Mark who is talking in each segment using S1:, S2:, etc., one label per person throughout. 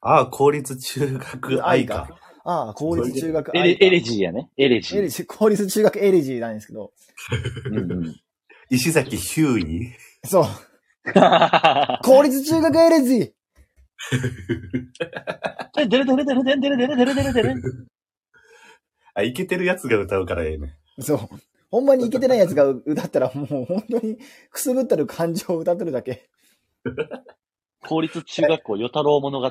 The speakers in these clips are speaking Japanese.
S1: ああ、公立中学愛か。
S2: ああ、公立中学
S3: エ
S2: 愛
S3: レ
S2: か
S3: エレジーやね。エレジ
S2: エレ
S3: ー。
S2: ジー公立中学エレジーなんですけど。
S3: うんうん
S1: 石崎ヒューイ
S2: そう。
S3: こ
S2: 公立中学エレジー
S3: れでるでるでるでるでるでるでるでるでる。
S1: あ、イケてるやつが歌うからええね。
S2: そう。ほんまにいけてないやつが歌ったらもう本当にくすぶったる感情を歌ってるだけ。
S3: 公立中学校与太郎物語。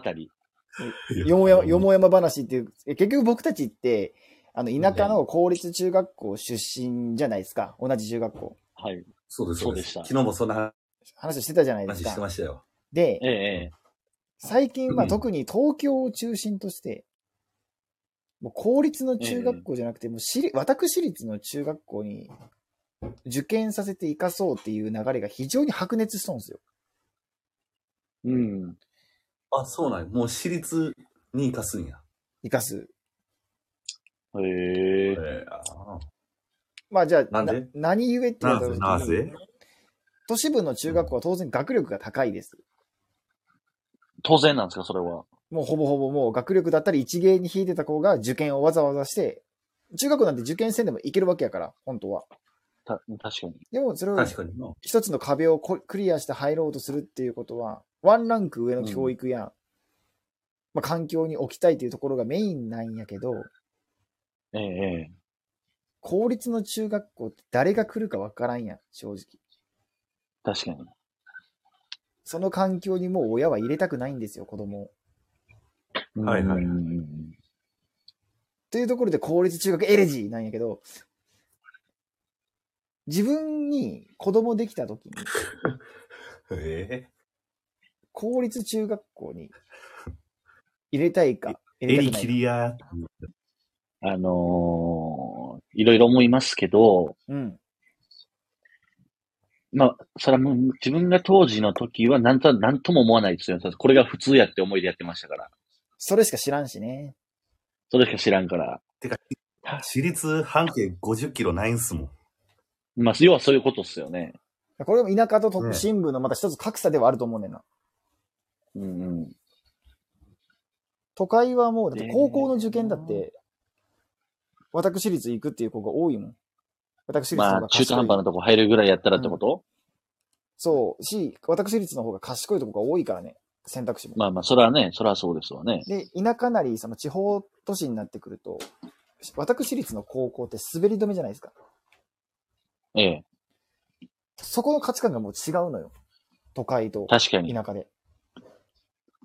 S2: よもや、よもやま話っていう、え結局僕たちって、あの、田舎の公立中学校出身じゃないですか。同じ中学校。
S3: はい。
S1: そうです、そうです。
S3: そうでした
S1: 昨日もそんな
S2: 話してたじゃないで
S1: 話
S2: す
S1: して
S2: か。
S1: ましたよ。
S2: で
S3: え、えええ。
S2: 最近
S1: う
S2: は
S1: ん
S2: 特に東京を中心として、もう公立の中学校じゃなくて、もう私立、私立の中学校に受験させて生かそうっていう流れが非常に白熱しそうなんですよ。
S3: うん。
S1: あ、そうなんや。もう私立に行かすんや。
S2: 生かす。
S3: へ
S1: え
S3: え。
S1: ー、あ
S2: まあじゃあ、
S1: なんで
S2: 何故って
S1: ーなぜ、
S2: 言
S1: な
S2: われた時に
S1: ぜ
S2: 都市部の中学校は当然学力が高いです。
S3: 当然なんですか、それは。
S2: もうほぼほぼもう学力だったり一芸に引いてた子が受験をわざわざして、中学校なんて受験せんでもいけるわけやから、本当は。
S3: た、確かに。
S2: でもそれを
S1: 確かにな。
S2: 一つの壁をこクリアして入ろうとするっていうことは、ワンランク上の教育や、まあ、環境に置きたいというところがメインなんやけど、
S3: ええええ。
S2: 公立の中学校って誰が来るかわからんやん、正直。
S3: 確かに。
S2: その環境にもう親は入れたくないんですよ、子供を。
S1: はいはい
S3: うんうんうん
S2: というところで公立中学エレジーなんやけど、自分に子供できた時に、
S1: え
S2: 公立中学校に入れたいか、
S1: ー、
S2: 入
S1: エ
S2: れ
S1: リ
S2: たく
S1: キ
S2: ないか。
S1: リア。
S3: あのーいろいろ思いますけど、
S2: うん。
S3: まあ、それはもう自分が当時の時はなんと、なんとも思わないですよ。これが普通やって思いでやってましたから。
S2: それしか知らんしね。
S3: それしか知らんから。
S1: 私立半径50キロないんすもん。
S3: まあ、要はそういうことっすよね。
S2: これも田舎と
S1: ね
S2: 都心部のまた一つ格差ではあると思うねんな。
S3: うんうん。
S2: 都会はもう、だって高校の受験だって、私立行くっていう子が多いもん。私立の方
S3: ま
S2: が賢
S3: あ、中
S2: い
S3: 途半端なとこ入るぐらいやったらってこと、
S2: そう。し、私立の方が賢いとこが多いからね。選択肢も。
S3: まあまあ、それはね、それはそうですわね。
S2: で、田舎なり、その地方都市になってくると、私立の高校って滑り止めじゃないですか。
S3: ええ。
S2: そこの価値観がもう違うのよ。都会と
S3: 確かに。
S2: 田舎で。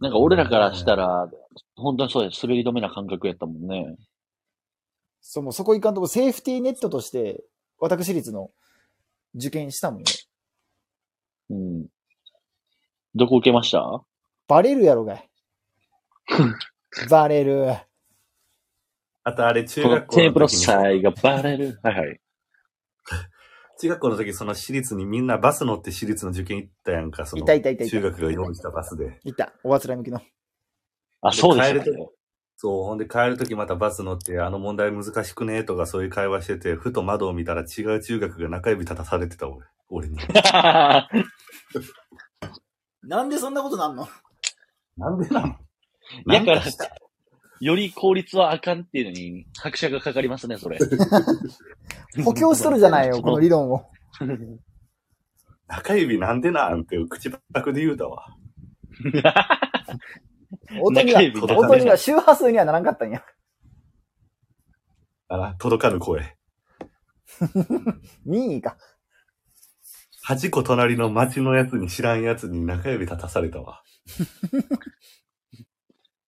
S3: なんか俺らからしたら、本当にそうです。滑り止めな感覚やったもんね。
S2: そう、もうそこいかんともセーフティーネットとして、私立の受験したもんね。
S3: うん。どこ受けました
S2: バレるやろがい。バレる。
S1: あとあれ、中
S3: この
S1: 学校
S3: テーブ
S1: の
S3: ル
S1: 時に
S3: サイがバレる。はいはい。
S1: 中学校の時、その私立にみんなバス乗って私立の受験行ったやんか、その。
S2: いたいたいたいた
S1: 中学が用意したバスで。
S2: いった。おあつらい向きの。
S3: あ、そうですよ
S1: 帰る
S3: ね。
S1: そう、ほんで帰る時またバス乗って、あの問題難しくねとかそういう会話してて、ふと窓を見たら違う中学が中指立たされてた俺。俺に。
S2: なんでそんなことなんの
S1: なんでな の
S3: やから
S1: なんした
S3: より効率はあかんっていうのに、拍車がかかりますね、それ。
S2: 補強しとるじゃないよ、この理論を。
S1: 中指なんでなんて口ばっくで言うたわ。
S2: 音には、
S3: 中指
S1: 届かない
S2: 音には周波数にはならんかったんや。
S1: あら、届かぬ声。
S2: 任意か。
S1: 八個隣の町のやつに知らんやつに中指立たされた わ。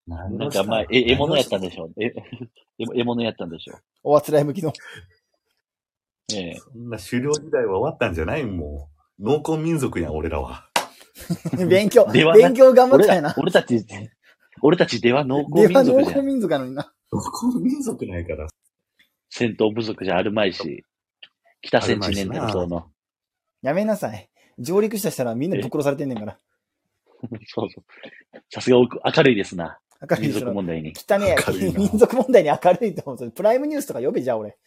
S1: 何
S3: な
S1: を
S3: ん
S1: した
S3: か
S1: の
S3: まあ、え、獲物やったんでしょう。え、え獲物やったんでしょ
S2: おあつらい向きの。
S3: う。ええ。
S1: そんな狩猟時代は終わったんじゃないもう。農耕民族やん、俺らは。
S2: 勉強、
S3: ではなく
S2: 勉強頑張っ
S3: 俺
S2: たんや
S3: ら
S2: な、。
S3: 俺たち、俺たちでは農耕
S2: では
S3: 民
S2: 農
S3: 族じゃ
S2: 耕
S3: ん。
S2: 民族なのにな。
S1: 農耕民族ないから。
S3: 戦闘部族じゃあるまいし、北センチネンタルそうの。
S2: やめなさい。上陸した人らみんなぶっ殺されてんねんから。
S3: そうそう。さすがおく明るいですな。
S2: 明る
S3: 民
S2: い人
S3: 族
S2: ら。
S3: 問題に。
S2: 汚ね
S1: 明るい
S2: え。
S1: な
S2: 民族問題に明るいと思う。それプライムニュースとか呼べじゃあ俺。